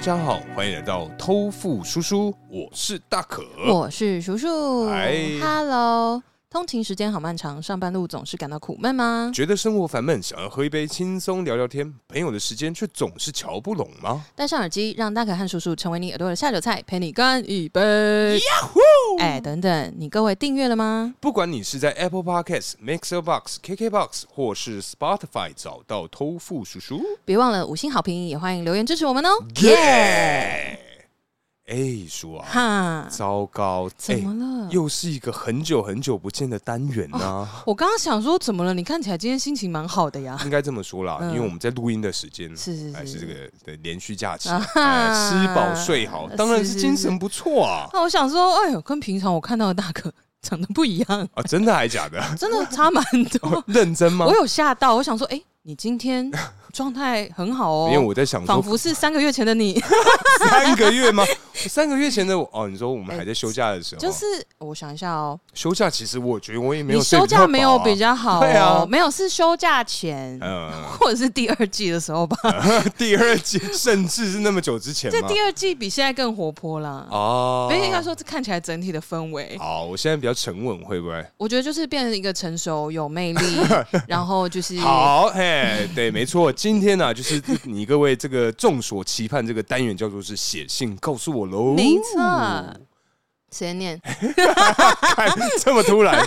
家好，欢迎来到偷富叔叔，我是大可。我是叔叔嗨，Hello。通勤时间好漫长，上班路总是感到苦闷吗？觉得生活烦闷，想要喝一杯轻松聊聊天，朋友的时间却总是瞧不拢吗？戴上耳机，让大可和叔叔成为你耳朵的下酒菜，陪你干一杯。哎，等等，你各位订阅了吗？不管你是在 Apple Podcast、Mixer Box、KK Box 或是 Spotify 找到偷富叔叔，别忘了五星好评，也欢迎留言支持我们哦。耶！哎，叔啊，哈，糟糕，怎哎，么了？哦又是一个很久很久不见的单元呢、我刚刚想说怎么了？你看起来今天心情蛮好的呀。应该这么说啦，嗯因为我们在录音的时间是是还哎是是这个的连续假期，嗯啊哎吃饱睡好，当然是是精神不错啊！那我想说，哎呦，跟平常我看到的大可长得不一样，啊，真的还假的？。真的差蛮多 认真吗我？有吓到，我想说，哎、你今天状态很好哦。 因为我在想仿说，哦佛啊是三个月前的 你，三个月吗？三个月前的我哦，你说我们还在休假的时候，哎就是我想一下哦，休假，其实我觉得我也没你有睡休比较饱 假啊没有比较好、哦，对啊没有是休假前、呃，或者是第二季的 时候吧，第二季甚至是那么久之前这吗？第二季比现在更活泼啦。哦，所以应该说，这看起来整体的氛围，好，我现在比较沉稳，会不会？我觉得就是变成一个成熟、有魅 力，然后就是好，嘿，对，没错，今天呢、就是你各位这个众所期盼这个单元叫做是写信告诉我喽，没哦错。谁念？这么突 然，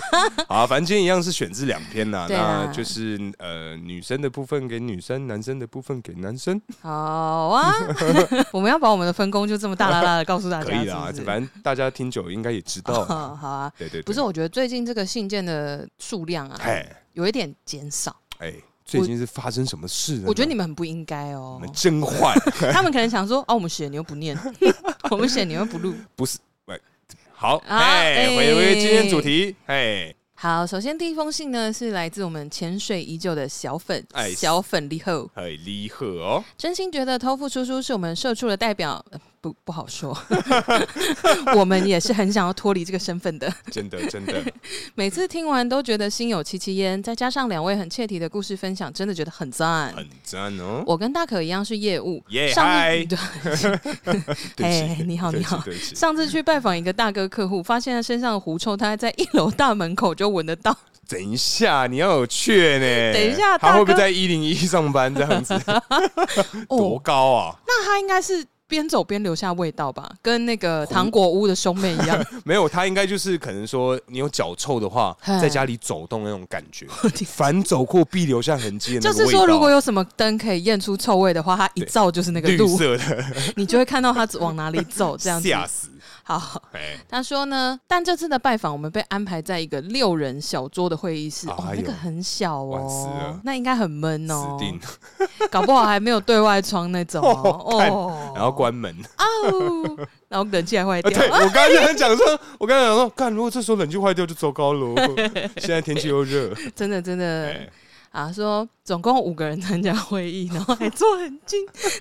好，反正今天一样是选自两篇啦，对啊啦那就是呃女生的部分给女生，男生的部分给男生，好啊， 我们要把我们的分工就这么大啦啦的告诉大家，可以啦，是不是？反正大家听久应该也知道啦，哦， 好啊。对对对，不是，，我觉得最近这个信件的数量啊，哎有一点减少。哎，最近是发生什么事了呢？我觉得你们很不应该哦你。们真坏， 他们可能想说，哦，我们写你又不念， 我们写你又不录。好，啊哎，哎回归今天主题，哎，好，首先第一封信呢是来自我们潜水已久的小粉哎，小粉立后，哎，离合哦，真心觉得偷富叔叔是我们社畜的代表，呃不不 好说，我们也是很想要脱离这个身份的。真的真的，每次听完都觉得心有戚戚焉，再加上两位很切题的故事分享，真的觉得很赞。很赞哦。我跟大可一样是业务，耶上嗨一对对不起哎你好对不起你好对不起， 上次去拜访一个大哥客户，发现他身上的狐臭，他还在一楼大门口就闻 得到。等一下，你要有确呢。等一下他大哥会不会在一零一上班这 样子？ 多哦，高啊？那他应该是边走边留下味道吧，跟那个糖果屋的兄妹 一样。没有，他应该就是可能说，你有脚臭的话，嗨在家里走动那种感觉， 我的凡走过必留下痕迹的那就个味是道。说，如果有什么灯可以验出臭味的话，它一照就是那个绿路，色的， 你就会看到它往哪里走。这样 子，吓死！好。哎，他说呢，但这次的拜访，我们被安排在一个六人小桌的会议室，哦，哎呦那个很小完死哦了，那应该很闷哦死，定， 搞不好还没有对外窗那种 哦，哦看哦然后关 门。哦，然后冷气还坏啊掉 对，，我刚才讲说，我刚才讲说，看，如果这时候冷气坏掉就糟糕 喽。现在天气又热，真的真的、哎啊，说总共五个人参加 会议，然后还坐很近，天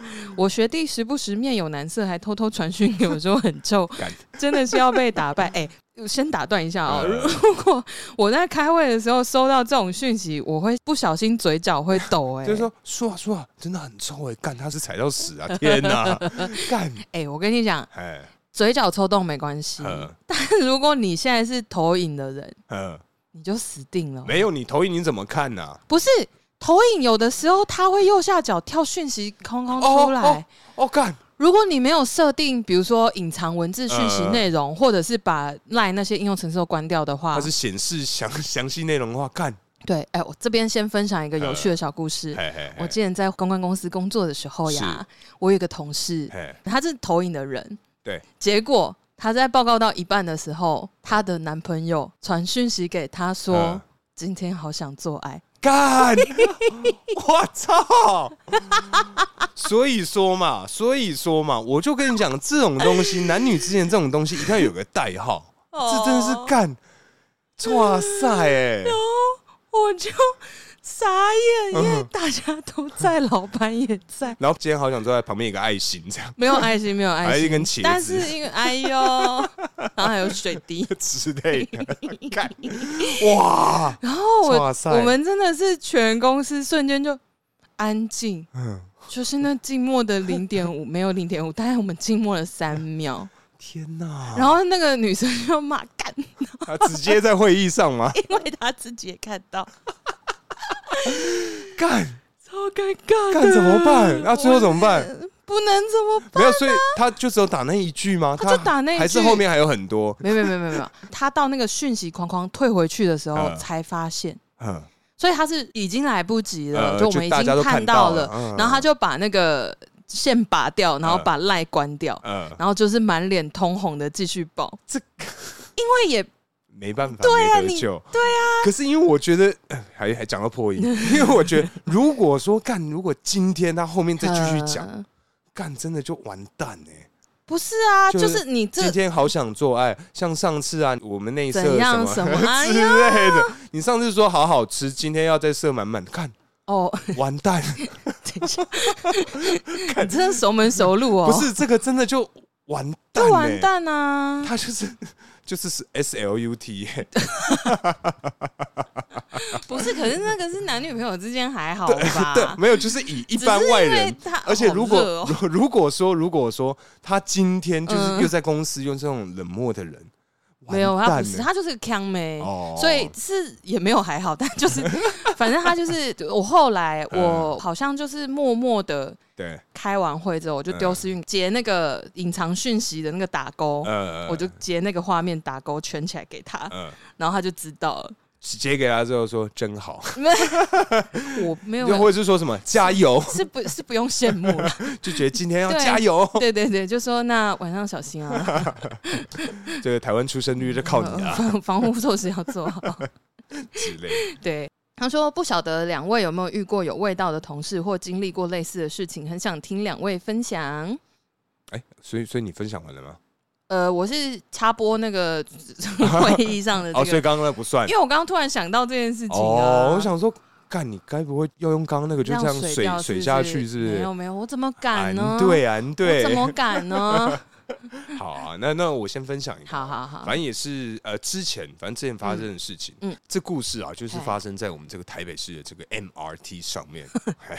嗯哪！我学弟时不时面有难色，还偷偷传讯给我说很臭干，真的是要被 打败。哎、先打断一下哦，呃如果我在开会的时候收到这种讯息，我会不小心嘴角会抖、哎，就是说，说啊说啊，真的很臭哎，干他是踩到屎啊！天 哪，干，哎、我跟你讲，哎，嘴角抽动没关系，呃但 如果你现在是投影的人，呃，你就死定了。没有你投影你怎么看呢、不是投影，有的时候它会右下角跳讯息空空哦出来。啊哦哦，干，如果你没有设定，比如说隐藏文字讯息嗯内容，或者是把 LINE 那些应用程式都关掉的话它，是显示详 详细内容的话，干，对，哎、我这边先分享一个有趣的小故事。嘿嘿我嘿，之前在公关公司工作的时候呀，我有一个同事，嘿，他是投影的人，对，结果他在报告到一半的时候，她的男朋友传讯息给她说：“嗯今天好想做爱。干， 我操！所以说嘛，所以说嘛，我就跟你讲，这种东西，男女之间这种东西，一定要有个代号，哦”这真的是干，哇塞、哎，我就傻眼，因为嗯大家都在，老板也在，然后今天好想坐在旁边有个爱心这样没有爱心，没有爱还有一心，根茄子但是因为 哎呦，然后还有水滴，之类 的，干，哇，然后我哇塞我们真的是全公司瞬间就安静，嗯就是那静默的零点五，没有零点五，大概我们静默了三秒，天哪！然后那个女生就骂干，他直接在会议上 吗？因为她自己也看到，干超尴尬的，干怎么办？那、最后怎么办？不能怎么没办？有，所以他就只有打那一句吗？他就打那一句还是后面还有很多？没有没有没有没有没有，她到那个讯息框框退回去的时候嗯才发现。嗯，所以他是已经来不及了，呃就我们已大家经都看看到了了，，嗯然后他就把那个线拔掉，然后把赖关掉，嗯，然后就是满脸通红的继续报，这个因为也没办法，对啊没得你救，对啊。可是因为我觉得，呃还还讲到破 音，因为我觉得，如果说干，如果今天他后面再继续讲，呃干真的就完蛋哎。不是啊，就就是是你这今天好想做爱，像上次啊，我们那一次怎样什什么哎 之类的，你上次说好好吃，今天要再射满满，看哦， 完蛋，等 一下，你真的熟门熟路哦，不是这个真的就完蛋、就欸，完蛋啊，他就是 就是是 S L U T，、欸、不是，可是那个是男女朋友之间还好 对，吧？没有，就是以一一般外人。他而且如果、啊 好热哦如如果说如果说他今天就是嗯又在公司用这种冷漠的人，没有，完他不蛋是，了他就是个腔妹。哦所以是也没有还好，但就是 反正他就是我后来我嗯好像就是默默的对，开完会之后，我就丢私讯截那个隐藏讯息的那个打勾，呃我就截那个画面打勾圈起来给他，呃然后他就知道了。截给他之后说真好，我没有又或者是说什么加油，是不是不用羡慕 了，就觉得今天要对加油， 对对对，就说那晚上小心啊，这个台湾出生率就靠 你啊防防护措施要做好。嗯之类的。对，他说不晓得两位有没有遇过有味道的同事或经历过类似的事情，很想听两位分享。哎，所以所以你分享完了吗？呃，我是插播那个 会议上的哦，呃这所以个，刚刚那不算因。为我刚刚突然想到这件事情啊。哦，我想说，干，你该不会要用刚刚那个就这样让水掉是水不下去，是不没是有？没有，我怎么敢呢？啊对啊，对，我怎么敢呢？ 好啊，那那我先分享 一个，好好好反，正也是呃之前，反正之前发生的事情。嗯嗯这故事啊，就是嘿发生在我们这个台北市的这个 MRT 上面。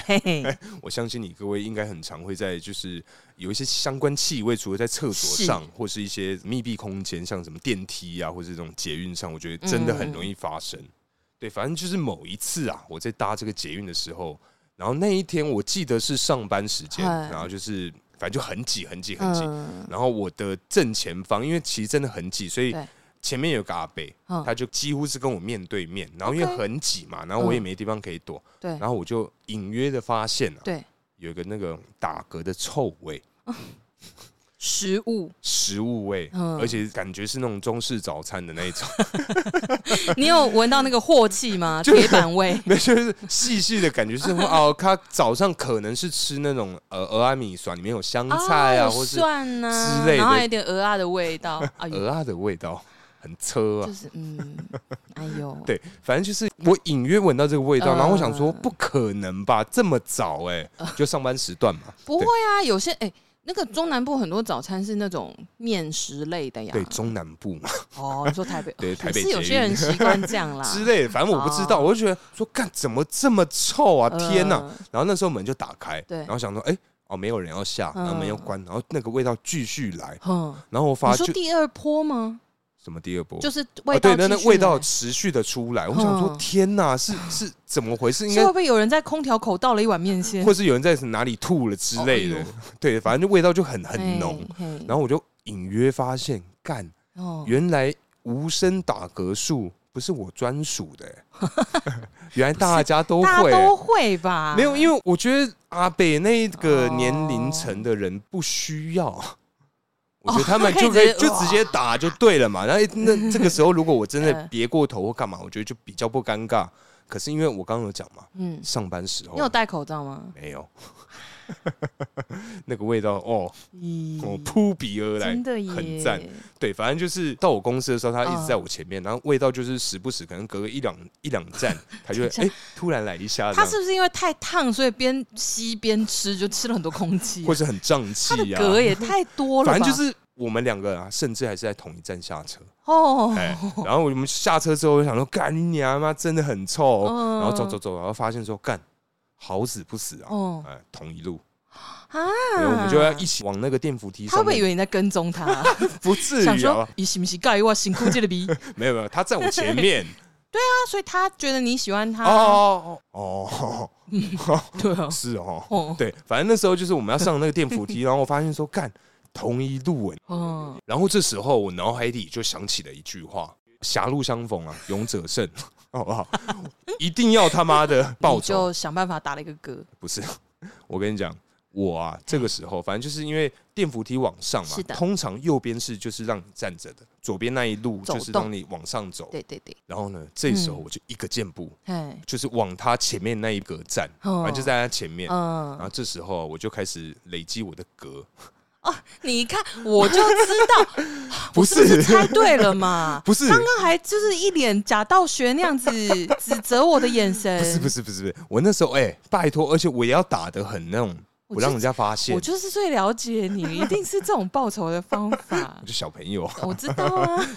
嘿嘿，我相信你各位应该很常会在就是有一些相关气味，除了在厕所是上或是一些密闭空间，像什么电梯啊，或是这种捷运上，我觉得真的很容嗯易发生。对，反正就是某一次啊，我在搭这个捷运的时候，然后那一天我记得是上班时间，嗨然后就是反正就很挤，很挤，很挤。嗯然后我的正前方，因为其实真的很挤，所以对前面有个阿伯，嗯他就几乎是跟我面对面。然后因为 OK 很挤嘛，然后我也嗯没地方可以躲，对然后我就隐约的发现啊，对，有一个那个打嗝的臭味，食物，食物味，嗯而且感觉是那种中式早餐的那一种， 你有闻到那个镬气吗？就是铁板 味，没有就是细细的感觉 是哦，他早上可能是吃那种呃鹅阿米酸，里面有香菜啊，有或是蒜呐之类的然后还有点鹅哦啊的味道，哎呦，鹅啊的味道，很车啊就。是嗯，哎呦，对，反正就是我隐约闻到这个味道，嗯然后我想说不可能吧，这么早 哎、就上班时段嘛，不会啊，有些哎、那个中南部很多早餐是那种面食类的呀。对中南部嘛哦，你说台北，对哦台北也是有捷些运人习惯这样啦。之类的，反正我不 知道，啊哦我就觉得说干怎么这么臭啊，呃天哪！然后那时候门就打开，对嗯然后想说哎、哦没有人要下，然后门又关，然后那个味道继续来，哼，然后我发你说觉第二波吗？什么第二波。就是啊，味道、对，那那味道，持续的出来，我想说嗯，天哪，是是怎么回事？应是该会不会有人在空调口倒了一碗面线或是有人在哪里吐了之类的哦哎，对，反正就味道就很很浓。，嘿然后我就隐约发现，干，嘿哦原来无声打嗝术不是我专属的欸、 原来大家都大会家欸、都会吧？没有，因为我觉得阿北那个年龄层的人不需要。哦 我觉得他们就可以可以直接就直接打就对了嘛。然后那这个时候，如果我真的嗯别过头或干嘛，我觉得就比较不尴尬。可是因为我刚刚有讲嘛，嗯，上班时候你有戴口罩吗？没有 那个味道哦，咦我扑鼻而来真，的耶，哦很赞对，反正就是到我公司的时候，他一直在我前面，然后味道就是时不时可能隔个一两一两站，他 就会哎、等一突然来一下这他样，是不是因为太烫，所以边吸边吃，就吃了很多空气啊、或是很胀他的气啊，嗝也太多了吧，反正就是我们两个啊，甚至还是在同一站下车，哦，哎、然后我们下车之后，我就想说干你娘妈真的很臭哦、嗯然后走走走，然后发现说干。好死不死啊，哦哎，同一路，啊，所以我们就要一起往那个电扶梯他会上不会以面，为你在跟踪他、啊 不至想于说啊，你是不是盖我辛苦这个 逼？啊，没有没有，他在我前 面，所以他觉得你喜欢他，哦哦哦哦，对哦，是哦，哦，对，反正那时候就是我们要上那个电扶 梯，然后我发现说干同一路哎，嗯，然后这时候我脑海里就想起了一句话：狭路相逢 啊，勇者胜，好不好？一定要他妈 的暴哦你走！就想办法打了一个嗝，不是，我跟你讲，我啊，这个时候反正就是因为电扶梯往上嘛是，的通常右边是就是让你站着的，左边那一路走就是动让你往上走。对对嗯对，然后呢，这时候我就一个箭步，哎，就是往他前面那一格站，哦反正就在他前面。然嗯后，这时候啊我就开始累积我的格，你看我就知 道不是不是是猜对了 嘛，不是刚刚还就是一脸假道学那样子 指责我的眼神，不是不是，是不是不是，我那时候哎、拜托，而且我也要打得很那种，我不让就人家发现我。就是最了解你，一定是这种报仇的方 法我，就小朋友，我知道啊，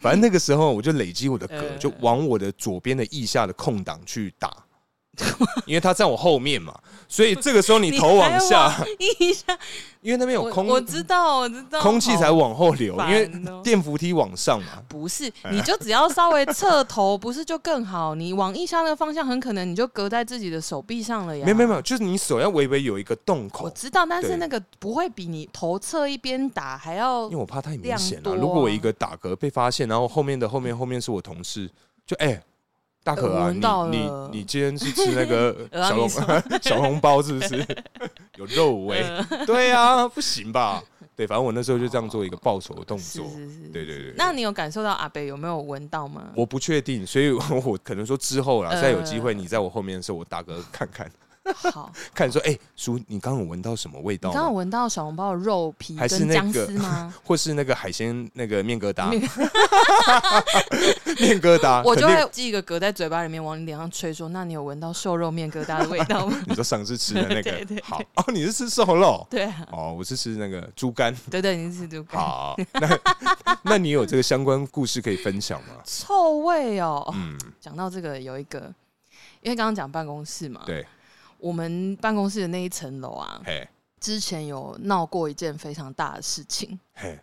反正那个时候我就累积我的格，呃就往我的左边的腋下的空档去打， 因为他在我后面嘛，所以这个时候你头往下，一下， 因为那边有我空，我知道我知道，空气才好往后流，因烦为哦电扶梯往上嘛。不是，哎你就只要稍微侧头，不是就更好？你往腋下那个方向，很可能你就隔在自己的手臂上了呀。没有没有没有，就是你手要微微有一个洞我口，知道，但对是那个不会比你头侧一边打还要因为我怕太明哦量显了、多如果我一啊个打嗝被发现，然后后面的后面后面是我同事，就哎、大可呃我啊，闻到你了你你今天是吃那 个鹅啊小笼你 嗯小笼包是不是？ 有肉味？对啊，不行吧？对，反正我那时候就这样做一个报仇的动是作。是是。对对对对那你有感受到阿北有没有闻到吗？我不确定，所以我可能说之后啦，再有机会呃你在我后面的时候，我打嗝看看 好，看说，哎、叔，你刚刚有闻到什么味你道刚刚吗？闻到小笼包的肉皮还是跟那姜个丝 吗？或是那个海鲜那个面疙瘩面， 面疙瘩， 啊我肯就定会记一个嗝在嘴巴里面，往你脸上吹，说：“那你有闻到瘦肉面疙瘩的味道吗 你说上次吃的那对对个对，好哦，你是吃瘦肉？”对啊，哦，我是吃那个猪肝。对对，你是这个好，那那你有这个相关故事可以分享吗？臭味哦。嗯，讲到这个，有一个，因为刚刚讲办公室嘛，对，我们办公室的那一层楼啊，嘿，之前有闹过一件非常大的事情，嘿，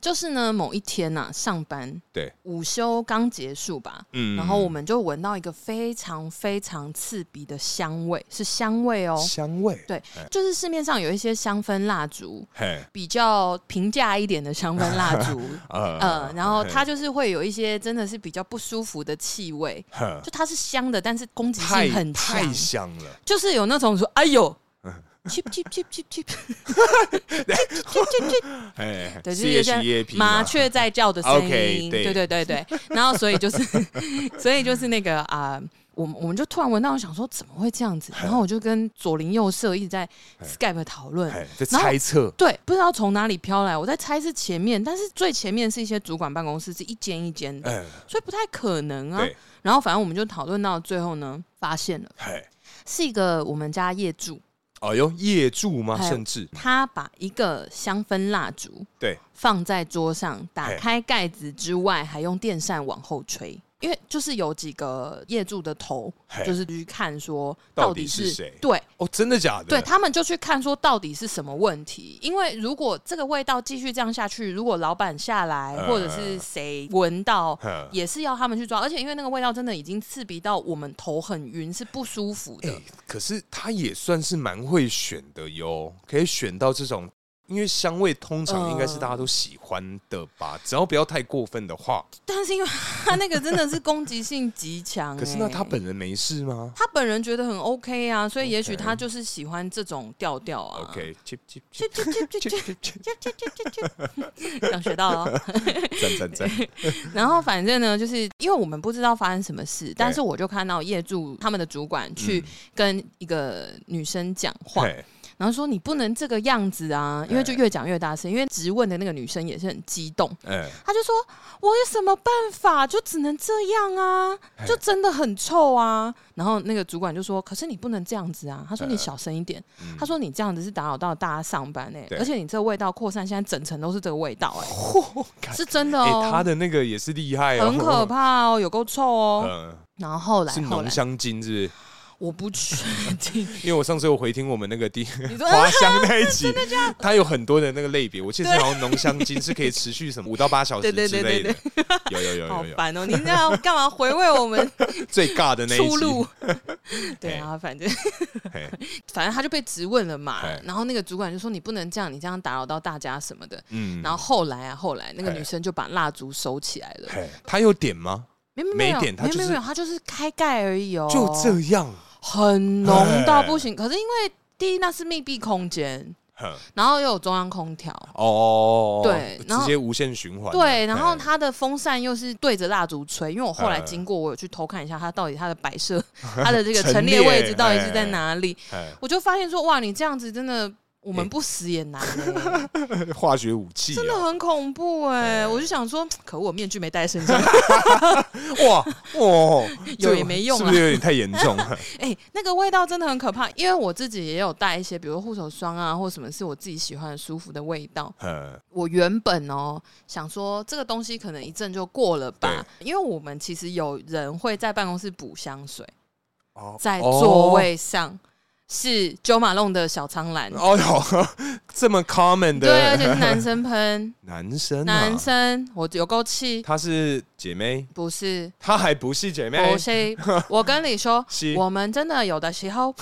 就是呢，某一天呐、上班对，午休刚结束吧，嗯然后我们就闻到一个非常非常刺鼻的香味，是香味哦，香味，对，就是市面上有一些香氛蜡烛，嘿，比较平价一点的香氛蜡烛。 呃呃，然后嘿它就是会有一些真的是比较不舒服的气味，呵就它是香的，但是攻击啊太性很强，太香了，就是有那种说，哎 呦。chip chip chip chip chip，哎，对，就是 C 有些 H E A P 麻雀在叫的声 OK，音，对对对对对。然后所以 就是，所以就是那个啊、我们我们就突然闻到，想说怎么会这样子？然后我就跟左邻右舍一直在 Skype 讨论，嘿，在然后猜测，对，不知道从哪里飘来。我在猜是前面，但是最前面是一些主管办公室，是一间一间的，嗯，所以不太可能啊对。然后反正我们就讨论到最后呢，发现了嘿，是一个我们家业主，哦哟，夜柱吗？嘿甚至他把一个香氛蜡烛对，放在桌上，打嘿开盖子之外，还用电扇往后吹。因为就是有几个业主的头嘿，就是去看说到底底是谁对哦，真的假的？对，他们就去看说到底是什么问题。因为如果这个味道继续这样下去，如果老板下来呃或者是谁闻到，呵也是要他们去抓。而且因为那个味道真的已经刺鼻到我们头很晕，是不舒服哎、的。可是他也算是蛮会选的哟，可以选到这种，因为香味通常应该是大家都喜欢的吧，呃只要不要太过分的话。但是因为他那个真的是攻击性极强、可是那哎他本人没事吗他本人觉得很 OK 啊，所以也许 OK 他就是喜欢这种调调啊。 ？OK，切切去 切去去去切去去切切，去 去，想学到了哦。赞赞赞！ 然后反正呢，就是因为我们不知道发生什么事，但是我就看到业主他们的主管去跟一个女生讲话，嗯嘿，然后说你不能这个样子啊，因为就越讲越大声，因为质问的那个女生也是很激动，哎，她就说我有什么办法，就只能这样啊，就真的很臭啊。然后那个主管就说，可是你不能这样子啊，他说你小声一点。嗯他说：“你这样子是打扰到大家上班哎、对而且你这个味道扩散，现在整层都是这个味道哎、 干是真的哎、哦、他的那个也是厉害哦，很可怕哦、有够臭哦、 嗯，然后后来是后来浓，香精是不是？我不确 定，因为我上次有回听我们那个 第你说啊花香那一 集，它有很多的那个类别，我记得好像浓香精是可以持续什么五到八小时 对对之类对对的，有有有好有有，烦哦！你这样干嘛回味 我们最尬的那一出路 集，？哎对啊，反正嘿反正他就被质问了嘛哎，然后那个主管就说你不能这样，你这样打扰到大家什么的。嗯然后后来啊，后来那个哎女生就把蜡烛收起来了，嘿他有点吗？没没没有，点她没有就没有是没有，她就是开盖而已哦，就这样，很浓到不行。可是因为第一那是密闭空间，哼然后又有中央空调，哦，对然后直接无限循环，对，然后嘿它的风扇又是对着蜡烛吹，因为我后来嗯经过，我有去偷看一下它到底它的摆 设、它的这个陈陈列列位置到底是在哎哪里，嘿我就发现说，哇，你这样子真的。我们哎不死也难、欸，化学武器真的啊，很恐怖哎、我就想说，可恶我面具没带身上， 哇哦，有这也没用是啊不是有点太严 重了？哎、那个味道真的很可怕。因为我自己也有带一些，比如护手霜啊，或什么是我自己喜欢的舒服的味道。嗯，我原本哦想说这个东西可能一阵就过了吧，因为我们其实有人会在办公室补香水，哦在座位上、是九马弄的小苍兰，哦哟， 这么 common 的，，对，而且是男生喷 男生、啊，男，生我有够气，她是姐妹，不是。她还不是姐妹我，是我跟你说是，我们真的有的时候，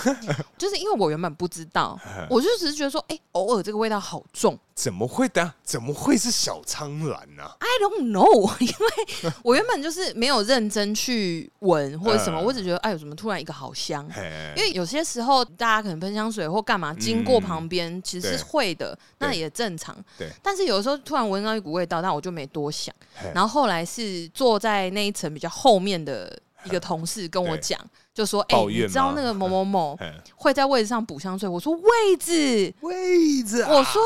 就是因为我原本不知道，我就只是觉得说，哎、偶尔这个味道好重怎么会的？怎么会是小苍兰啊呢？ ，I don't know，因 为我原本就是没有认真去闻或者什么，嗯我只觉得哎，有怎么突然一个好香。嘿因为有些时候大家可能喷香水或干嘛经过旁边，其实嗯是对会的，那对也正常。对但是有的时候突然闻到一股味道，但我就没多想嘿。然后后来是坐在那一层比较后面的一个同事跟我对讲，就说：“哎、抱你怨知道吗那个某某某嘿会在位置上补香水？”我说：“位置。”位置、啊，哦我说：“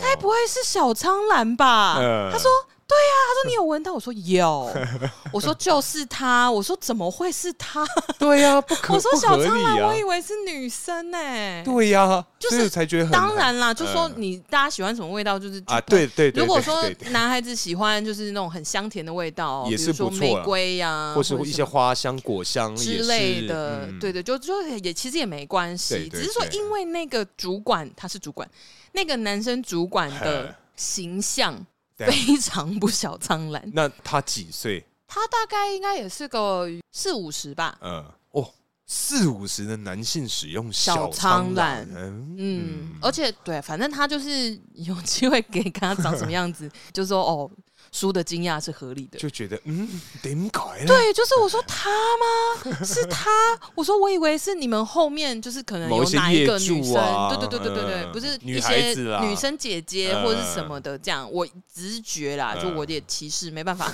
该不会是小苍兰吧？”嗯他说。他说你有闻到？我说有， 我说就是他，我说怎么会是他？对呀、不可，我说不小合苍理兰，啊我以为是女生欸呢、对呀、哎就是所以才觉得很当然啦，就说嗯你大家喜欢什么味道，就是啊，去对对对，如果对说对对男孩子喜欢就是那种很香甜的味道，也比是如说不错啦玫瑰呀、或是一些什么花香、果香也之是类的，嗯对对，就就也其实也没关系对，只对是说对因为那个主管他是主管，那个男生主管的嘿形象对啊非常不小苍兰，那他几岁？他大概应该也是个四五十吧，嗯，哦，四五十的男性使用小苍苍兰嗯嗯，而且对，反正他就是有 机会给看他长什么样子，就说哦，输的惊讶是合理的。就觉得嗯，点改了，对，就是我说他吗？是他？我说我以为是你们后面就是可能某有一些哪一个业女主生，啊对对对对对对，嗯不是女一些孩子啦女生姐姐嗯或者是什么的这样，我直觉啦，就嗯我也歧视，没办法，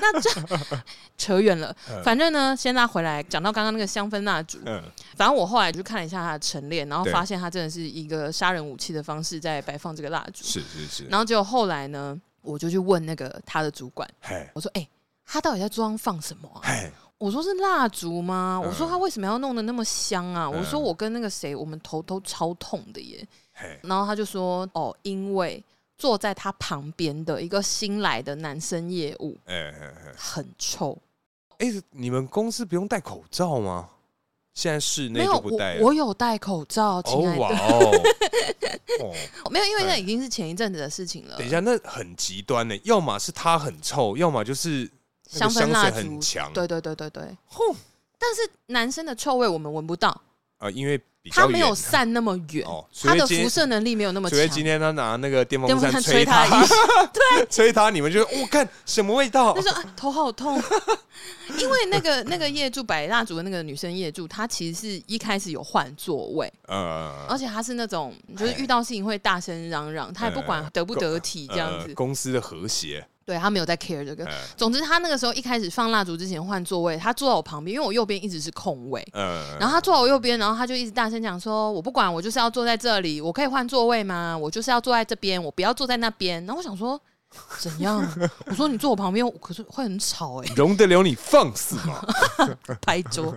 那这 扯远了。反正呢，先拉回来，讲到刚刚那个香氛蜡烛，嗯，反正我后来就看了一下它的陈列，然后对发现它真的是一个杀人武器的方式在摆放这个蜡烛。是是是，然后结果后来呢，我就去问那个他的主管，嘿，我说：“哎、他到底在桌上放什么 啊？”嘿，我说：“是蜡烛吗？”我说：“嗯他为什么要弄得那么香啊？”我说：“嗯我跟那个谁，我们头都超痛的耶。嘿”，然后他就说：“哦，因为坐在他旁边的一个新来的男生业务哎哎哎很臭。”哎，你们公司不用戴口罩吗？现在室内没有，就不我戴了。我有戴口罩，哦亲爱的哇哦， 哦，没有，因为那哎已经是前一阵子的事情了。等一下，那很极端呢，要么是它很臭，要么就是那香个氛香蜡水烛很强，对对对对对。吼，但是男生的臭味我们闻不到，啊，因为比较它没有远散那么远，哦，所它以的今天辐射能力没有那么所强以。今天他拿那个电电风风扇扇吹他的衣他， 服，吹他，你们就我看什么味道他？说、啊、头好痛， 因为那个那个业主摆蜡烛的那个女生业主，她其实是一开始有换座位，而呃，且她是那种就是遇到事情会大声嚷嚷，她也不嗯管得不得体这样子呃，公司的和谐，对她没有在 care 这个。呃总之，她那个时候一开始放蜡烛之前换座位，她坐在我旁边，因为我右边一直是空位，呃，然后他坐我右边，然后他就一直大声讲说：“我不管，我就是要坐在这里，我可以换座位吗？我就是要坐在这边，我不要坐在那边。”然后我想说，怎样？我说你坐我旁边，我可是会很吵哎、容得了你放肆吗？ 拍 桌。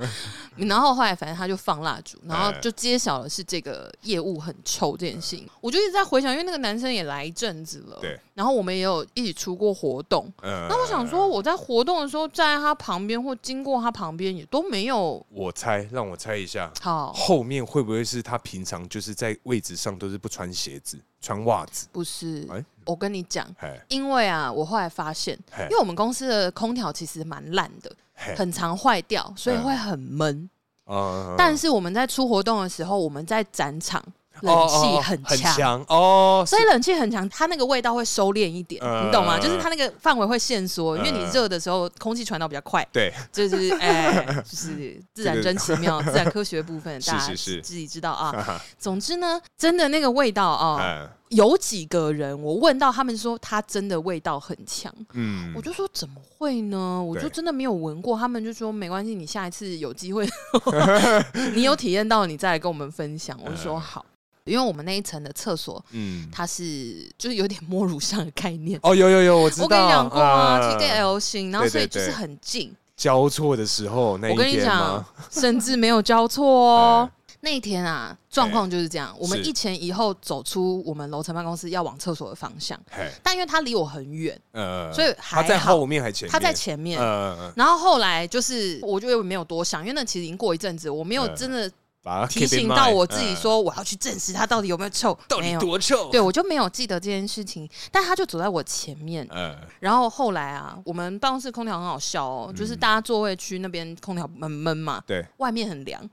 然后后来反正他就放蜡烛，然后哎就揭晓了是这个业务很臭这件事情。我就一直在回想，因为那个男生也来一阵子了，嗯对。然后我们也有一起出过活动。嗯，那我想说，我在活动的时候站在他旁边或经过他旁边也都没有我猜，让我猜一下，好，后面会不会是他平常就是在位置上都是不穿鞋子、穿袜子？不是哎？我跟你讲，哎因为啊，我后来发现，哎因为我们公司的空调其实蛮烂的，嘿很常坏掉，所以会很闷。啊但是我们在出活动的时候，我们在展场冷哦气哦很很强。强哦，所以冷气很强，它那个味道会收敛一点，嗯你懂吗？就是它那个范围会限缩，因为你嗯热的时候空气传导比较快，对， 就是哎、就是自然这个真奇妙，自然科学部分是大家是是自己知道 啊。总之呢，真的那个味道啊、嗯有几个人我问到他们说，它真的味道很强，嗯我就说怎么会呢？我就对真的没有闻过，他们就说没关系，你下一次有 机会，你有体验到，你再来跟我们分享。我就说嗯好，因为我们那一层的厕所嗯，它是就是有点摸乳上的概念。哦，有有有，我知道，我跟你讲过啊，嗯是一个 L 型，然后对所以对就是对很近。交错的时候那一我跟你天讲吗？，甚至没有交错哦。 那一天啊，状况就是这样。我们嗯哎是一前一后走出我们楼层办公室，要往厕所的方向，嘿，但因为他离我很远，呃，所以以还他在好后面还前面，他在前面。呃，然后后来就是，我就没有多想，因为那其实已经过一阵子，我没有嗯真的把它提 keep in 醒到 mind，我自己，嗯说我要去证实它到底有没有臭，到没底有。多臭？对，我就没有记得这件事情，但他就走在我前面。呃，然后后来啊，我们办公室空调很好笑哦，嗯就是大家座位区那边空调闷闷嘛，对，嗯外面很凉，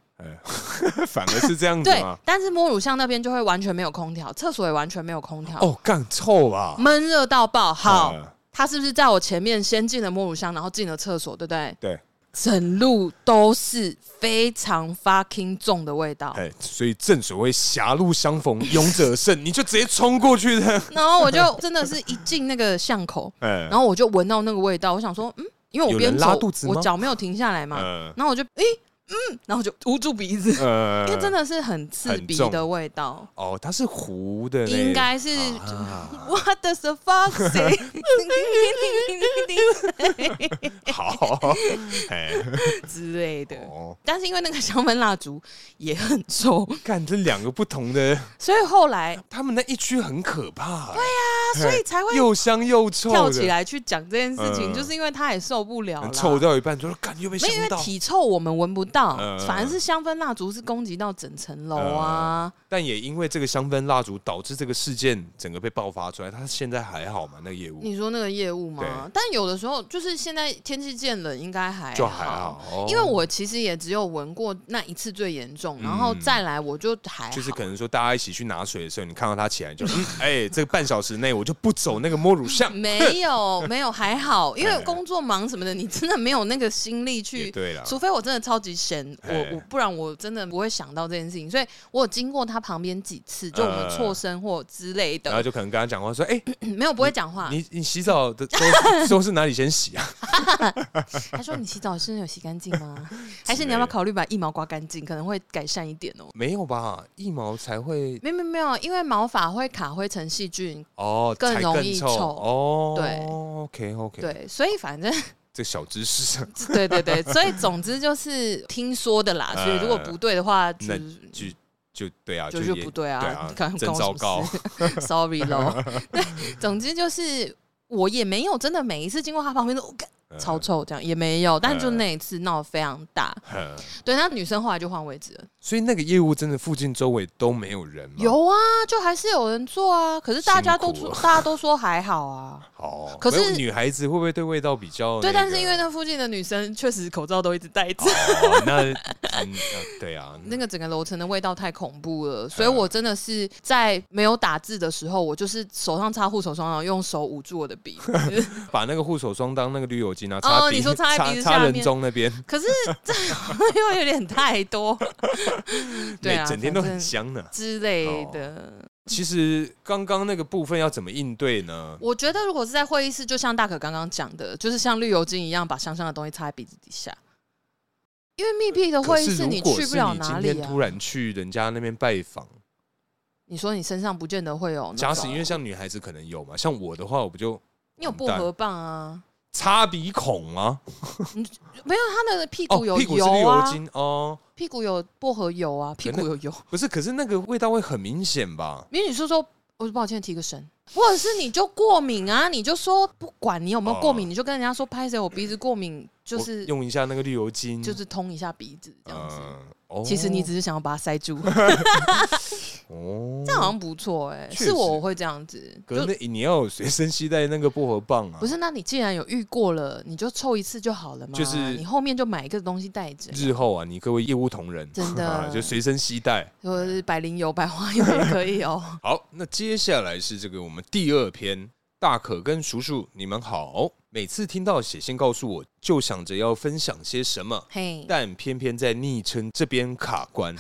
反而是这样子对吗？。但是摸乳巷那边就会完全没有空调，厕所也完全没有空调，哦，干臭啊！闷热到爆。嗯好，呃他是不是在我前面先进了摸乳箱，然后进了厕所，对不对？对，整路都是非常 fucking 重的味道。哎，所以正所谓狭路相逢勇者胜，你就直接冲过去的。然后我就真的是一进那个巷口， 嗯然后我就闻到那个味道，我想说，嗯，因为我有边人走拉肚子我吗脚没有停下来嘛，呃然后我就诶、嗯，然后我就捂住鼻子，呃因为真的是很刺很鼻重的味道。哦，它是糊的那，应该是、啊 What does the fuck say？ 好。哎，之类的。哦，但是因为那个香氛蜡烛也很臭，干这两个不同的，所以后来啊他们那一区很可怕。对呀，所以才会又香又臭的，啊跳起来去讲这件事情，嗯就是因为他也受不了啦很臭到一半，就说干又被没有，因香为到，体臭我们闻不到，嗯反而是香氛蜡烛是攻击到整层楼啊。但也因为这个香氛蜡烛导致这个事件整个被爆发出来。他现在还好嘛？那个业务你说那个业务吗嗯对？但有的时候就是现在天气渐冷，应该还就还好，哦因为我其实也只有闻过那一次最严重，嗯然后再来我就还好哦就是可能说大家一起去拿水的时候，你看到他起来就，嗯哎、这个半小时内我就不走那个摸乳巷，没有没有还 好，因为工作忙什么的，你真的没有那个心力哎也去。对了，除非我真的超级闲，哎我我不然我真的不会想到这件事情。所以我有经过他旁边几次，就我们呃错身或之类然后的，嗯就可能跟他讲话说，哎、没有不会讲话。你你洗澡的都 都是哪里先洗啊？他说：“你洗澡真的有洗干净 吗？ 还是之你要类不的要考虑把腋毛刮干净，可能会改善一点哦、没有吧，一毛才会没有没有没有，因为毛发会卡灰尘细菌，哦，更才容易臭臭哦，对，OK OK，，对，所以反正 这小知识对对对，所以总之就是听说的啦。所以如果不对的话，就呃那是就就对啊，就也就不对对啊 啊，干真关糟我什么糕事 ，sorry 咯。对，总之就是我也没有真的每一次经过他旁边都哦干嗯超臭这样，也没有，但就那一次闹得非常大。嗯对，那女生后来就换位置了。所以那个业务真的附近周围都没有人吗？ 有啊，就还是有人做啊，可是大家都嗯辛苦说了大家都说还 好啊。哦，可是没有女孩子会不会对味道比较、对，哦那但是个因为那附近的女生确实口罩都一直戴着，哦，那嗯，呃对啊， 那个整个楼层的味道太恐怖了，所以嗯我真的是在没有打字的时候，我就是手上擦护手霜，然后用手捂住我的鼻。把那个护手霜当那个绿油精啊，哦擦鼻，你说擦在鼻子擦下面人中那边，可是这 又有点太多，对 啊，每整天都反很正香呢。之类的。其实刚刚那个部分要怎么应对呢？我觉得如果是在会议室，就像大可刚刚讲的，就是像绿油精一样，把香香的东西擦在鼻子底下。因为密闭的可会议是室，如你果去是不了你哪今里天啊突。然去人家那边拜访，哦你说你身上不见得会有那种，假使因为像女孩子可能有嘛，像我的话，我不就你有薄完蛋荷棒啊？擦鼻孔啊，没有，他的屁哦，股有屁股是绿油油啊，精哦，屁股有薄荷油啊，屁股有油。不是，可是那个味道会很明显吧？因为你说说，我抱歉提个神，或者是你就过敏啊，你就说不管你有没有过敏，哦你就跟人家说拍谁我鼻子过敏，就我是用一下那个绿油精，就是通一下鼻子这样子。嗯，哦其实你只是想要把它塞 住，哦，这样好像不错哎、确实是我我会这样子，可是就那你要有随身携带那个薄荷棒啊，不是？那你既然有遇过了，你就凑一次就好了嘛。就是你后面就买一个东西带着，日后啊，你各位业务同仁，啊 真的就随身携带。就是百灵油、百花油也可 以哦。好，那接下来是这个我们第二篇，大可跟叔叔你们好。每次听到写信告诉我，就想着要分享些什么，嘿，但偏偏在昵称这边卡 关。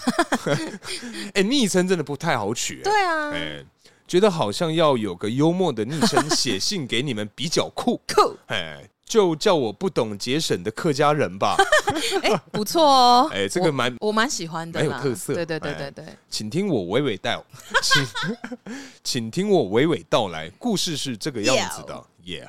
哎、昵称真的不太好取、对啊，哎、觉得好像要有个幽默的昵称写信给你们比较 酷。酷，哎，就叫我不懂节省的客家人 吧。不错哦。 哎，这个蛮我蛮喜欢的啦，蛮有特色对对对哎对对，请听我娓娓道，请请 听我娓娓道来。故事是这个样子的，Yeah。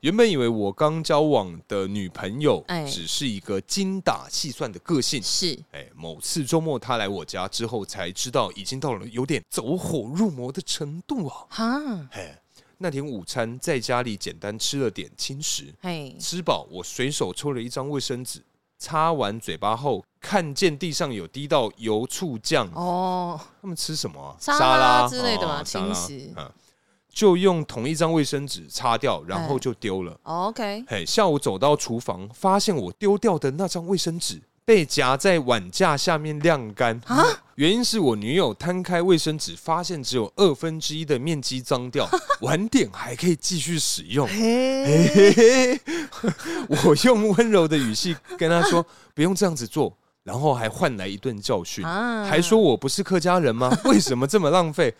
原本以为我刚交往的女朋友哎只是一个精打细算的个性，是哎，某次周末她来我家之后，才知道已经到了有点走火入魔的程度啊！哈，哎，那天午餐在家里简单吃了点轻食， 嘿，吃饱，我随手抽了一张卫生纸，擦完嘴巴后，看见地上有滴到油醋酱，哦，他们吃什么、啊？沙拉之类的吧沙拉轻食嗯，就用同一张卫生纸擦掉，哎然后就丢了。哦 OK，嘿，下午走到厨房，发现我丢掉的那张卫生纸被夹在碗架下面晾干。啊原因是我女友摊开卫生纸，发现只有二分之一的面积脏 掉，晚点还可以继续使用。嘿， 嘿哎嘿嘿， 我用温柔的语气跟他说：“不用这样子做。”然后还换来一顿教训，啊还说我不是客家人吗？为什么这么浪费？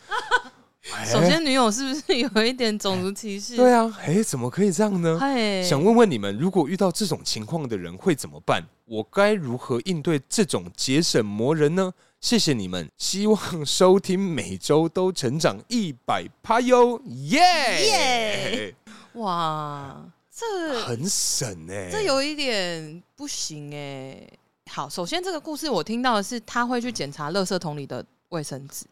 哎 首先女友是不是有一点种族歧视？对啊，啊，哎，怎么可以这样呢？嘿，想问问你们，如果遇到这种情况的人会怎么办？我该如何应对这种节省魔人呢？谢谢你们，希望收听每周都成长一百趴哟，耶、耶哇，这很省啊哎、这有一点不行哎。好，首先这个故事我听到的是他会去检查垃圾桶里的卫生纸，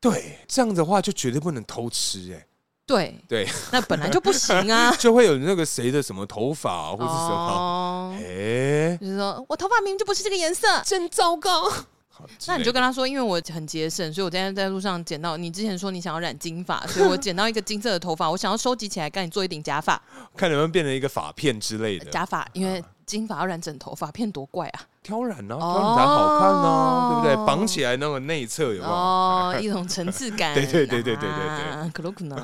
对，这样的话就绝对不能偷吃、哎，对对，那本来就不行 ，啊就会有那个谁的什么头发、啊、或者什么，哦哎、就是说我头发明明就不是这个颜色，真糟糕。好之那你类就的跟他说，因为我很节省，所以我今天在路上捡到你之前说你想要染金发，所以我捡到一个金色的头发，我想要收集起来，跟你做一顶 假发。看能不能变成一个发片之类的，假发，因为啊金发要染整头发片多怪啊！挑染啊，哦挑染才好看啊，对不对？绑起来那个内侧有没有？哎、哦，一种层次 感。对对对对对对对啊，可不可 能？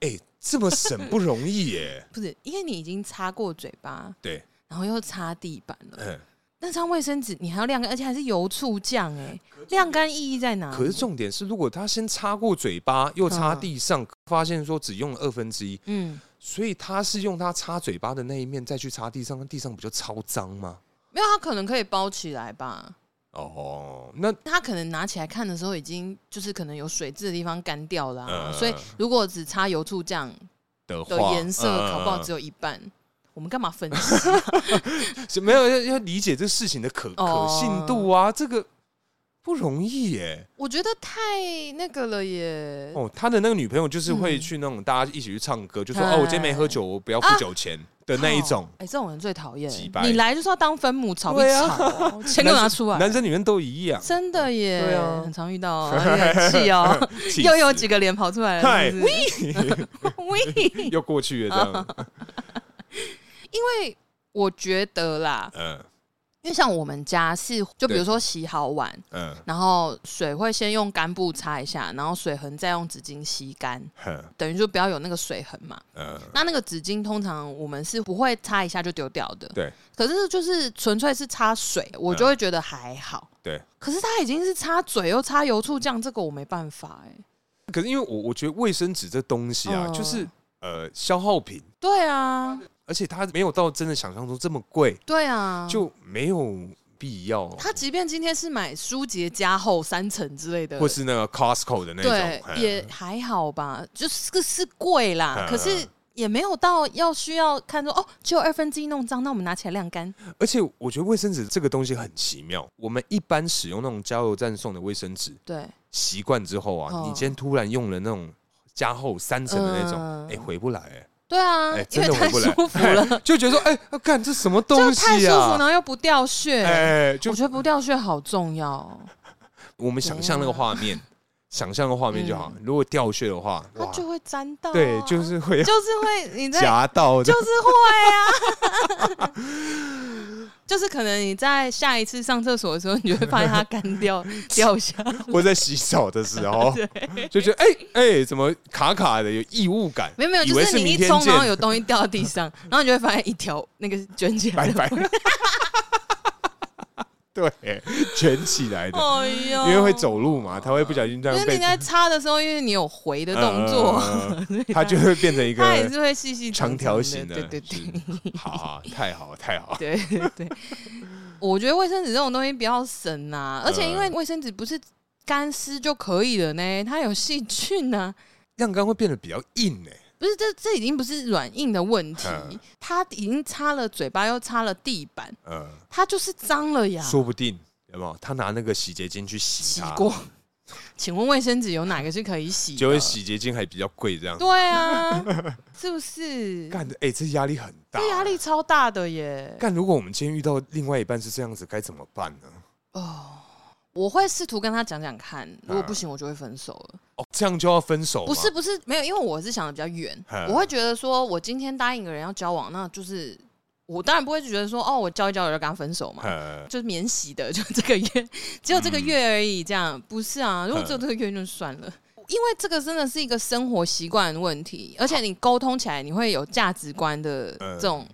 哎这么省不容易 耶、不是，因为你已经擦过嘴巴，对，然后又擦地板了，嗯，那张卫生纸你还要晾干，而且还是油醋酱哎，晾干意义在哪里？可是重点是，如果他先擦过嘴巴，又擦地上，发现说只用了二分之一，嗯，所以他是用他擦嘴巴的那一面再去擦地上，那地上不就超脏吗？没有，它可能可以包起来吧。哦，那他可能拿起来看的时候，已经就是可能有水渍的地方干掉了啊、嗯所以如果只擦油醋酱的的话颜色，嗯搞不好只有一半。我们干嘛分析？ 是没有要要理解这事情的可、哦可信度啊，这个不容易耶。我觉得太那个了耶。哦，他的那个女朋友就是会嗯去那种大家一起去唱歌，就说哎哦，我今天没喝酒，我不要啊付酒钱的那一种。哎、这种人最讨厌几百。你来就是要当分母炒一对啊炒啊、 钱给我拿出来。男生女生都一样，真的耶，对啊很常遇到、 哦，而且很气哦，气又死有几个脸跑出来了，嗨是不是？ 喂，又过去了这样。因为我觉得啦，嗯因为像我们家是，就比如对说洗好碗，嗯然后水会先用干布擦一下，然后水痕再用纸巾吸干，哼等于就不要有那个水痕嘛。嗯，那那个纸巾通常我们是不会擦一下就丢掉的，对。嗯可是就是纯粹是擦水，我就会觉得还好。对。可是它已经是擦嘴又擦油醋酱，这个我没办法哎、可是因为我我觉得卫生纸这东西啊，嗯就是呃消耗品，对啊，而且它没有到真的想象中这么贵，对啊，就没有必要哦，他即便今天是买舒洁加厚三层之类的，或是那个 Costco 的那种，对嘿也还好吧，就是是贵啦嗯，可是也没有到要需要看说哦，只有二分之一弄脏，那我们拿起来晾干。而且我觉得卫生纸这个东西很奇妙，我们一般使用那种加油站送的卫生纸，对，习惯之后啊，哦你今天突然用了那种加厚三层的那种，嗯哎、回不来、哎对啊哎，真因为的太回不来舒服了，就觉得说，哎、啊干这什么就东西太舒服，然啊？后又不掉屑。哎、就我觉得不掉屑好重要哦，我们想象那个画面，想象个画面就好。如果掉屑的话，嗯它哇，就会沾到啊。对，就是会 就是会你在夹到的 就。是会啊， 就是可能你在下一次上厕所的时候，你就会发现它干 掉掉下。 我在洗澡的时 候就觉得，哎、哎、怎么卡卡的，有异物感？没有没有，以就为是你明一天冲，然后见，有东西掉到 地上，然后你就会发现一条那个卷起来拜的。 拜。对，卷起来的，哎呦，因为会，走路嘛，他会不小心这哦因样为被嗯你在擦的时候，因为你有回的动作，呃 所以它就会变成一个它也是会细细长长长条形的。对对对。是，好好，太好太 好。对对对，我觉得卫生纸这种东西不要省呐、而且因嗯为卫生纸不是干湿就可以了呢，它有细菌呐、晾干会变得比较硬哎、不是，这这已经不是软硬的问题嗯，它已经擦了嘴巴，又擦了地板，嗯，它就是脏了呀。说不啊定有没有？他拿那个洗洁精去洗洗它，过？ 请问卫生纸有哪个是可以洗的？结果洗洁精还比较贵，这样对啊， 是不是？干啊的哎，这压力很大，这压力超大的耶。干。如果我们今天遇到另外一半是这样子，该怎么办呢？哦我会试图跟他讲讲看，如果嗯不行，我就会分手了。哦，这样就要分手吗？不是不是，没有，因为我是想的比较远嗯，我会觉得说，我今天答应一个人要交往，那就是我当然不会觉得说，哦，我交一交我就跟他分手嘛，呃，就是免洗的， 就这个月，只有这个月而已，这样不是啊？如果嗯只有这个月就算了。因为这个真的是一个生活习惯的问题，而且你沟通起来你会有价值观的嗯这种，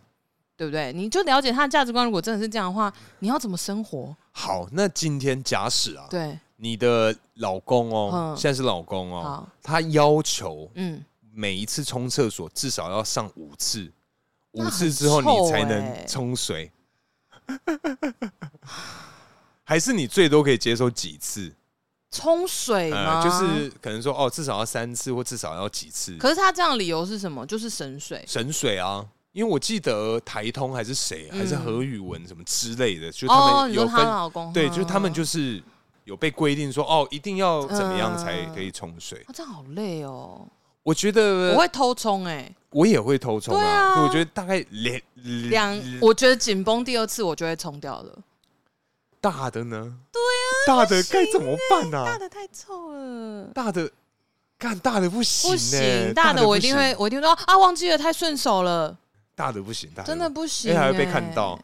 对不对？你就了解他的价值观，如果真的是这样的话，你要怎么生活？好，那今天假使啊，对，你的老公哦，嗯现在是老公哦好，他要求嗯，每一次冲厕所至少要上五次，那五很次之后臭你才能欸冲水， 还是你最多可以接受几次？冲水哎吗？呃就是可能说哦，至少要三次或至少要几次可是他这样的理由是什么？就是省水。省水啊。因为我记得台通还是谁，还是嗯何宇文什么之类的，就他哦，们你有说分她老公？对，嗯就是他们就是有被规定说，哦，一定要怎么样嗯才可以冲水。哦，这样好累哦，我觉得我我会偷冲哎，也会偷冲对啊，啊所以我觉得大概两两，我觉得紧绷第二次我就会冲掉了。大的呢，对啊，大的该怎么办大啊？的太臭了，大的干大的不行不呢，行，大的的我一不定行会，，我一定会说啊，忘记了，太顺手了，大的不行，大真的不不行、欸，哎还会被看到。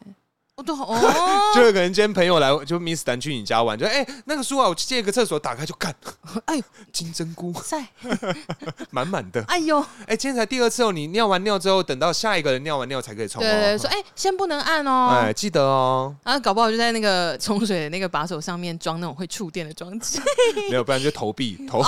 我都行哦， 就有可能今天朋友来，就 Miss Dan 去你家玩，就哎、那个书啊，我去借个厕所，打开就干， 哎呦金针菇 塞，满满的。哎呦，哎、今天才第二次哦，你尿完尿之后，等到下一个人尿完尿才可以冲、对哦。对对，说哎、先不能按哦，哎，记得哦， 然后搞不好就在那个冲水的那个把手上面装那种会触电的装 置，没有，不然就投币 投。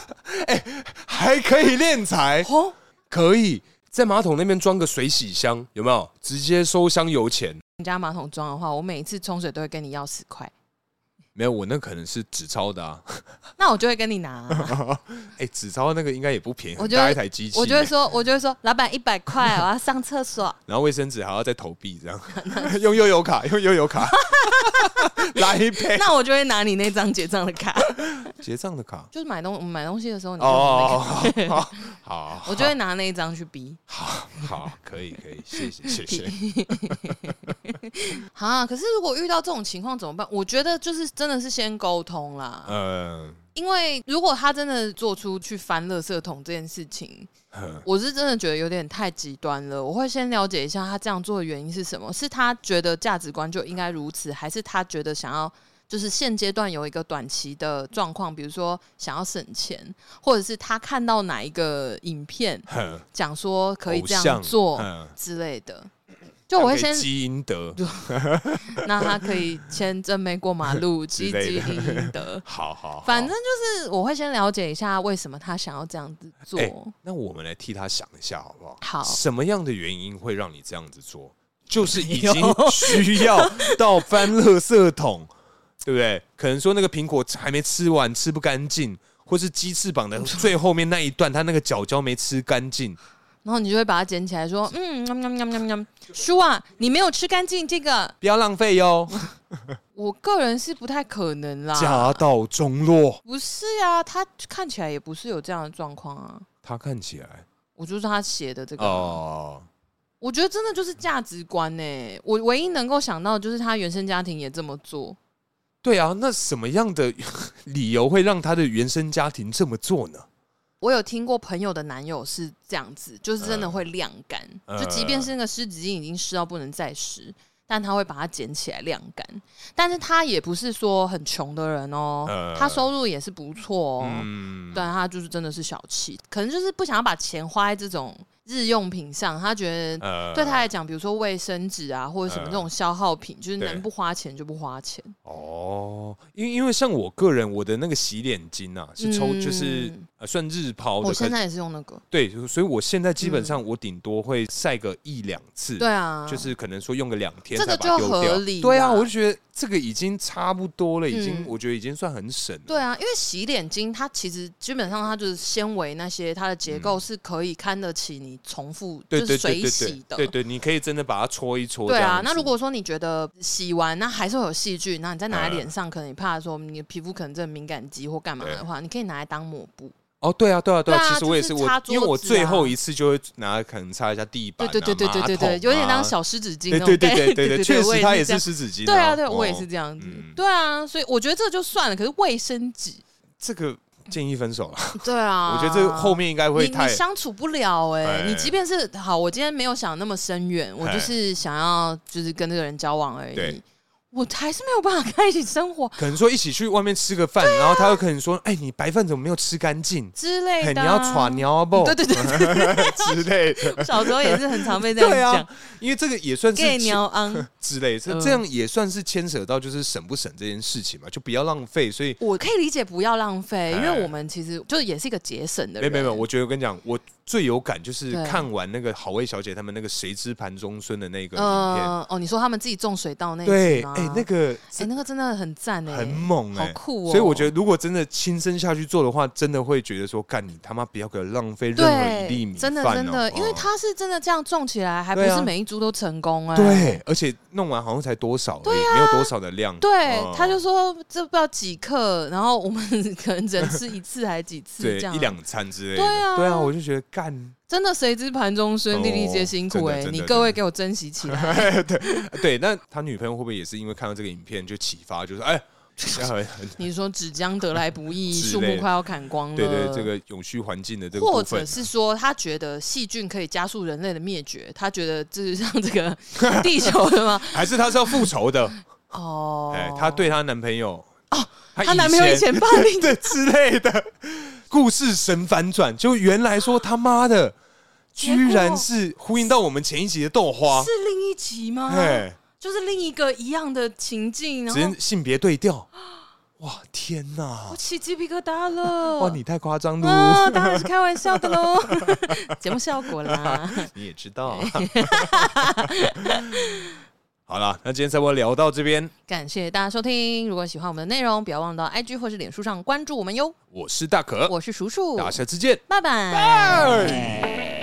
哎、还可以练财，哦，可以在马桶那边装个水洗箱，有没有？直接收箱油钱。你家马桶装的话，我每一次冲水都会跟你要十块，没有，我那可能是纸钞的啊。 那我就会跟你拿啊、哎、纸钞那个应该也不便宜，我很觉得大一台机器。我就会说，我就会说，老板一百 块，我要上厕所。然后卫生纸还要再投币，这样 用悠游卡，用悠游卡来一杯那我就会拿你那张结账的卡，结账的卡。 就是买东我们买东西的时候你用的那哦个，，好好好，好我就会拿那一张去逼。好好可以可以，谢谢谢谢。 啊，可是如果遇到这种情况怎么办？我觉得就是真的是先沟通啦，嗯、因为如果他真的做出去翻垃圾桶这件事情，呃，我是真的觉得有点太极端了。我会先了解一下他这样做的原因是什么，是他觉得价值观就应该如此，还是他觉得想要就是现阶段有一个短期的状况，比如说想要省钱，或者是他看到哪一个影片哼讲说可以这偶像样做 嗯之类的。就我会先可以积阴德，那他可以签证没过马路，积 之类极的。应得好好好，反正就是我会先了解一下为什么他想要这样子哎做。哎那我们来替他想一下好不好？好什么样的原因会让你这样子做？就是已经需要到翻垃圾桶， 对不对？可能说那个苹果还没吃完，吃不干净，或是鸡翅膀的最后面那一段，它那个角角没吃干净，然后你就会把它捡起来说，嗯，喵喵喵喵喵，叔啊，你没有吃干净这个，不要浪费哟，我个人是不太可能家啦。道中落。不是啊，他看起来也不是有这样的状况啊。他看起来我就是他写的这个，哦，我觉得真的就是价值观呢、欸我唯一能够想到就是他原生家庭也这么做，对啊，那什么样的理由会让他的原生家庭这么做呢？我有听过朋友的男友是这样子，就是真的会晾干，嗯就即便是那个湿纸巾已经湿到不能再湿，但他会把它捡起来晾干。但是他也不是说很穷的人哦，嗯他收入也是不错哦，嗯，但他就是真的是小气，可能就是不想要把钱花在这种日用品上，他觉得。呃对他来讲，比如说卫生纸啊，或者什么嗯这种消耗品，就是对能不花钱就不花钱。哦，因为因为像我个人，我的那个洗脸巾啊，是抽、就是嗯呃算日抛的，我可现在也是用那个，对，所以我现在基本上我顶多会晒个一两次，对啊，就是可能说用个两天这才个把它就丢掉合。理对啊，啦我就觉得这个已经差不多了，已经、嗯我觉得已经算很省了。对啊，因为洗脸巾它其实基本上它就是纤维那些，它的结构是可以看得起你重复嗯对就对是对水对洗对的。对对，你可以真的把它搓一搓。对这啊样，那子如果说你觉得洗完那还是会有细菌，那你再拿在脸上，可能你怕说你的皮肤可能真的敏感肌或干嘛对的话，你可以拿来当抹布。哦，对啊，对啊，对啊，对啊其实我也就是是我擦，因为我桌子啊最后一次就会拿可能擦一下地板、对啊，对对对对对对，马桶有点啊当。小湿纸巾对那 对种对概对念。对对对，确我实也它也这是样湿纸巾啊。对啊，对我也哦是这样子嗯。对啊，所以我觉得这就算了，可是卫 生纸，这个建议分手了。对啊， 我觉得这个后面应该会你太你相处不了哎、哎你即便是好，我今天没有想那么深远，我哎就是想要就是跟这个人交往而已对，我还是没有办法 跟他一起生活可能说一起去外面吃个啊饭，然后他会可能说：“哎，你白饭怎么没有吃干净？之哎，类你的、啊要喘，你要不 对对对对，之类的。小时候也是很常 被”这 样对讲啊，因为这个也算是，gay 鸟 昂。之类，这嗯这样也算是牵扯到就是省不省这件事情嘛，就不要浪费。所以我可以理解不要浪费，因哎为我们其实就也是一个节省的没人。没没，我觉得我跟你讲，我最有感就是对看完那个好味小姐他们那个谁知盘中孙的那个影片，呃哦，你说他们自己种水稻那一对，集吗？哎，那个哎那个真的很赞哎，很猛好哎。酷哦。所以我觉得，如果真的亲身下去做的话，真的会觉得说，干你他妈不要给我浪费任何一粒米真的饭真哦的，因为哦它是真的这样种起来，还不对啊是每一株都成功哎、对，而且弄完好像才多少而已，没有多少的量。啊对哦他就说这不知道几克，然后我们 可能只能吃一次还几次对这样，一两餐之类的。对啊对啊，我就觉得干，真的谁知盘中哦餐，粒粒皆辛苦真的哎、真的你真的各位给我珍惜起 来。呃对。那他女朋友会不会也是因为看到这个影片就启发，就说 哎，要很很你说纸浆得来不易，之树类木的快要砍光了，对对这。个永续环境的这个或部者分，是说，他觉得细菌可以加速人类的灭绝，他觉得这是让这个 地球 的吗？还是她是要复仇 的？哦，哎，她对她男朋友哦，她男朋友以前霸 凌对之类的故事神反转，就原来说他妈的，结居然果是呼应到我们前一集的豆花是，另一集吗？哎，就是另一个一样的情境，然只后是性别对调，哇天哪我！起鸡皮疙瘩了。哇，你太夸张啊、了，当然是开玩笑的喽，节目效果啦。你也知道。啊 好了，那今天差不多聊到这边，感谢大家收听，如果喜欢我们的内容，不要忘了到 IG 或是脸书上关注我们哟。我是大可，我是叔叔，大家下次见，拜拜。拜。